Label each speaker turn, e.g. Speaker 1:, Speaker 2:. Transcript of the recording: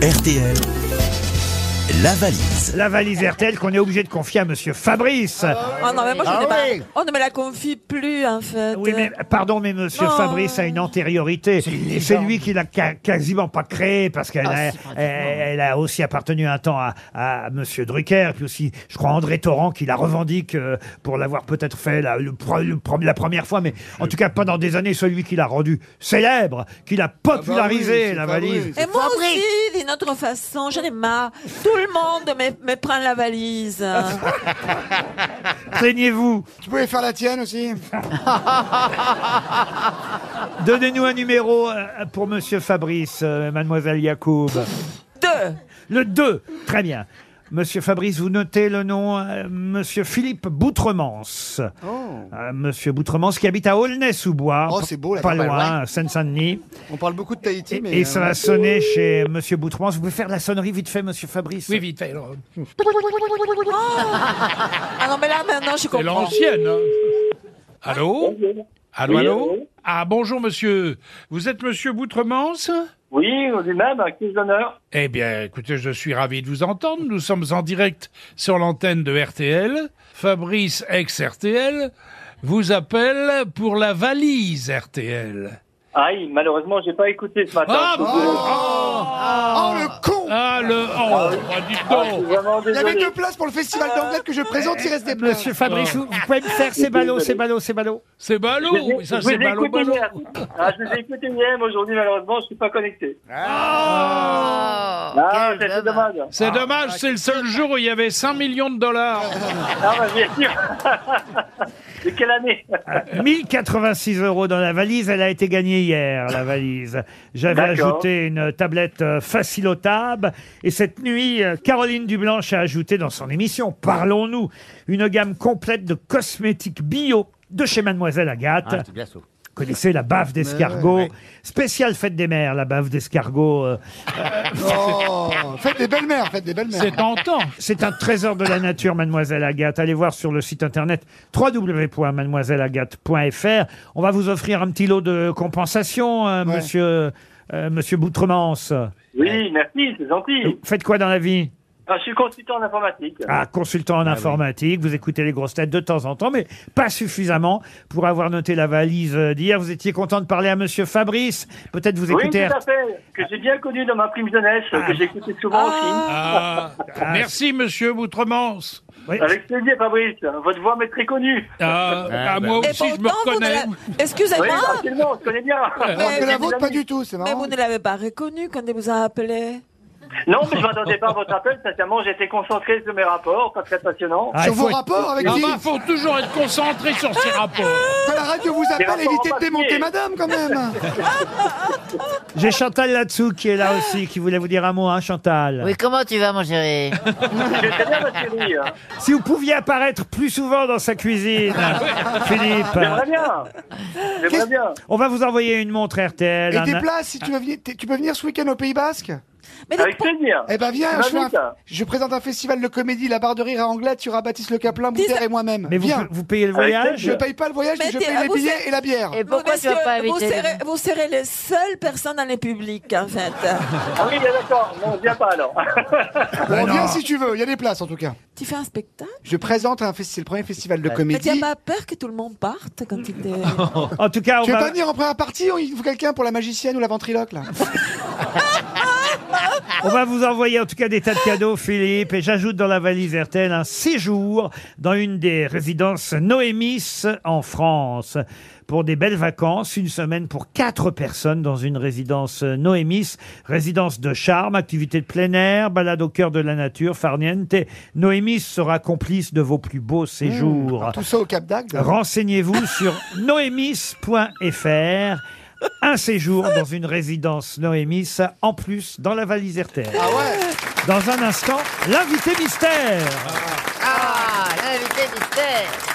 Speaker 1: RTL, la valise.
Speaker 2: La valise RTL qu'on est obligé de confier à Monsieur Fabrice.
Speaker 3: Oh non, mais moi je
Speaker 4: Ah bah,
Speaker 3: n'ai pas.
Speaker 4: oui.
Speaker 3: On ne me la confie plus en fait.
Speaker 2: Oui, mais pardon, mais Monsieur
Speaker 3: Non.
Speaker 2: Fabrice a une antériorité.
Speaker 4: une
Speaker 2: C'est
Speaker 4: légende.
Speaker 2: lui qui l'a ca- quasiment pas créée parce qu'elle
Speaker 4: Ah,
Speaker 2: a,
Speaker 4: si, pratiquement.
Speaker 2: elle, elle a aussi appartenu un temps à, à Monsieur Drucker, puis aussi, je crois, André Torrent qui la revendique euh, pour l'avoir peut-être fait la, le pro- le pro- la première fois, mais en tout cas pendant des années, celui qui l'a rendu célèbre, qui l'a popularisé
Speaker 4: Ah bah c'est
Speaker 2: la
Speaker 4: Fabrice.
Speaker 2: valise.
Speaker 3: Et moi
Speaker 4: Fabrice.
Speaker 3: aussi, d'une autre façon, j'en ai marre. Tout le monde me, me prend la valise.
Speaker 2: Plaignez-vous.
Speaker 4: Tu pouvais faire la tienne aussi
Speaker 2: Donnez-nous un numéro euh, pour Monsieur Fabrice, euh, Mademoiselle Yacoub.
Speaker 3: Deux.
Speaker 2: Le 2, très bien. Monsieur Fabrice, vous notez le nom euh, Monsieur Philippe Boutremans. Euh, Monsieur Boutremans qui habite à Aulnay-sous-Bois.
Speaker 4: Oh, c'est beau, la
Speaker 2: Pas
Speaker 4: campagne,
Speaker 2: loin, Seine-Saint-Denis.
Speaker 4: On parle beaucoup de Tahiti,
Speaker 2: Et,
Speaker 4: mais.
Speaker 2: et
Speaker 4: euh,
Speaker 2: ça va sonner chez Monsieur Boutremans. Vous pouvez faire la sonnerie vite fait, Monsieur Fabrice
Speaker 5: Oui, vite fait. alors.
Speaker 3: Ah non, mais là maintenant je
Speaker 5: C'est
Speaker 3: comprends.
Speaker 5: l'ancienne. hein. Allô Allô, allô Ah, bonjour, monsieur. Vous êtes monsieur Boutremans
Speaker 6: Oui, lui-même, à qui l'honneur
Speaker 5: Eh bien, écoutez, je suis ravi de vous entendre. Nous sommes en direct sur l'antenne de RTL. Fabrice, ex-RTL, vous appelle pour la valise RTL.
Speaker 6: Aïe, malheureusement, j'ai pas écouté ce matin.
Speaker 5: Ah,
Speaker 6: Je suis
Speaker 5: bon
Speaker 6: désolé.
Speaker 4: Oh le con
Speaker 5: Ah, le... Oh, bah, dites
Speaker 6: Ah, je suis
Speaker 5: donc
Speaker 6: vraiment
Speaker 4: Il y avait
Speaker 6: désolé.
Speaker 4: deux places pour le festival d'anglais que je présente, il reste des places.
Speaker 2: Monsieur Fabrice, vous, vous pouvez me faire ces ballots, ces ballots, ces ballots.
Speaker 5: C'est
Speaker 6: Je vous
Speaker 5: ballot
Speaker 6: ai-
Speaker 5: oui, Ça,
Speaker 6: je vous ai
Speaker 5: c'est ballot,
Speaker 6: écouté
Speaker 5: ballot
Speaker 6: hier. Ah, je vous ai écouté hier, mais aujourd'hui, malheureusement, je suis pas connecté. Ah, c'est c'est dommage.
Speaker 5: C'est dommage, c'est le seul jour où il y avait 5 millions de dollars
Speaker 6: Ah, bah, bien sûr. De quelle année
Speaker 2: 1086 euros dans la valise. Elle a été gagnée hier, la valise. J'avais
Speaker 6: D'accord.
Speaker 2: ajouté une tablette euh, facile au tab. Et cette nuit, euh, Caroline Dublanche a ajouté dans son émission Parlons-nous une gamme complète de cosmétiques bio de chez Mademoiselle Agathe. Vous connaissez la bave d'escargot. Spéciale fête des mères, la bave d'escargot. euh,
Speaker 4: Oh, Faites des belles-mères, faites des belles-mères.
Speaker 5: C'est tentant
Speaker 2: C'est un trésor de la nature, Mademoiselle Agathe. Allez voir sur le site internet www.mademoiselleagathe.fr. On va vous offrir un petit lot de compensation, euh,
Speaker 4: Ouais.
Speaker 2: monsieur, euh, monsieur Boutremans.
Speaker 6: Oui, merci, c'est gentil.
Speaker 2: Faites quoi dans la vie
Speaker 6: Ah, je suis consultant en informatique.
Speaker 2: Ah, consultant en informatique, vous écoutez les grosses têtes de temps en temps, mais pas suffisamment pour avoir noté la valise euh, d'hier. Vous étiez content de parler à monsieur Fabrice. Peut-être vous
Speaker 6: Oui, tout
Speaker 2: écoutez...
Speaker 6: à fait, que j'ai bien connu dans ma prime jeunesse, que j'écoutais souvent aussi.
Speaker 5: Ah, merci, monsieur Boutremans.
Speaker 2: Oui.
Speaker 6: Avec plaisir, Fabrice, votre voix m'est très connue.
Speaker 5: Ah, ah, moi
Speaker 3: Et
Speaker 5: aussi, je me
Speaker 3: pourtant, vous ne
Speaker 5: reconnais.
Speaker 3: la-
Speaker 6: Oui,
Speaker 3: Excusez-moi,
Speaker 6: absolument, on se connaît bien.
Speaker 4: Alors que
Speaker 3: Mais-
Speaker 4: la vôtre, pas du tout, c'est
Speaker 3: mais
Speaker 4: marrant.
Speaker 3: vous ne l'avez pas reconnu quand il vous a appelé.
Speaker 6: Non, mais je m'attendais pas à votre appel. Sincèrement, j'étais concentré sur mes rapports, pas très passionnant.
Speaker 2: Ah, il
Speaker 4: Sur
Speaker 2: faut
Speaker 4: vos
Speaker 2: être-
Speaker 4: rapports avec
Speaker 5: Ah
Speaker 4: qui
Speaker 5: bah, faut toujours être concentré sur ces rapports.
Speaker 4: Quand la radio vous appelle,
Speaker 6: rapports
Speaker 4: évitez de
Speaker 6: embarqués.
Speaker 4: démonter madame quand même
Speaker 2: J'ai Chantal Latsou qui est là aussi, qui voulait vous dire un mot, hein, Chantal.
Speaker 7: Oui, comment tu vas, mon chéri
Speaker 6: Je très bien, hein. ma chérie.
Speaker 2: Si vous pouviez apparaître plus souvent dans sa cuisine,
Speaker 4: Ah
Speaker 2: Philippe,
Speaker 6: J'aimerais bien. J'aimerais bien.
Speaker 2: on va vous envoyer une montre RTL.
Speaker 4: Et
Speaker 2: un-
Speaker 4: des places, si tu veux venir, t'es- tu peux venir ce week-end au Pays Basque
Speaker 3: Mais
Speaker 6: Avec
Speaker 3: dites-
Speaker 6: plaisir.
Speaker 4: Eh ben viens, je,
Speaker 6: Tu
Speaker 4: fais un-
Speaker 6: m'invites
Speaker 4: je présente un festival de comédie, la barre de rire à Anglette, tu auras Baptiste Le Caplin, Boutère et moi-même.
Speaker 2: Mais vous,
Speaker 4: Viens
Speaker 2: vous payez le
Speaker 6: Avec
Speaker 2: voyage
Speaker 4: Je paye pas le voyage,
Speaker 3: Mais
Speaker 4: mais je
Speaker 3: t'es-
Speaker 4: paye les
Speaker 3: vous
Speaker 4: billets
Speaker 3: êtes-
Speaker 4: et la bière.
Speaker 7: Et pourquoi tu
Speaker 3: monsieur,
Speaker 7: vas pas
Speaker 3: vous,
Speaker 7: inviter
Speaker 3: serez, vous serez les seules personnes dans le public, en fait.
Speaker 6: Ah oui, bien d'accord. Non, viens pas alors.
Speaker 4: Bon,
Speaker 2: Eh ben non.
Speaker 4: viens si tu veux, il y a des places en tout cas.
Speaker 3: tu fais un spectacle
Speaker 4: Je présente un festi- c'est le premier festival
Speaker 3: Mais
Speaker 4: de
Speaker 3: tu n'as
Speaker 4: comédie.
Speaker 3: pas peur que tout le monde parte quand il t'est...
Speaker 2: En tout cas, on
Speaker 4: Tu veux
Speaker 2: va-
Speaker 4: pas venir en première partie Il faut quelqu'un pour la magicienne ou la ventriloque là.
Speaker 2: On va vous envoyer en tout cas des tas de cadeaux, Philippe. Et j'ajoute dans la valise RTL un séjour dans une des résidences Noémis en France. Pour des belles vacances, une semaine pour quatre personnes dans une résidence Noémis, résidence de charme, activité de plein air, balade au cœur de la nature, farniente. Noémis sera complice de vos plus beaux séjours.
Speaker 4: Tout ça au Cap d'Agde.
Speaker 2: Renseignez-vous sur noémis.fr. Un séjour dans une résidence Noémis, en plus dans la valise RTL.
Speaker 4: Ah ouais
Speaker 2: Dans un instant, l'invité mystère.
Speaker 7: Ah, l'invité mystère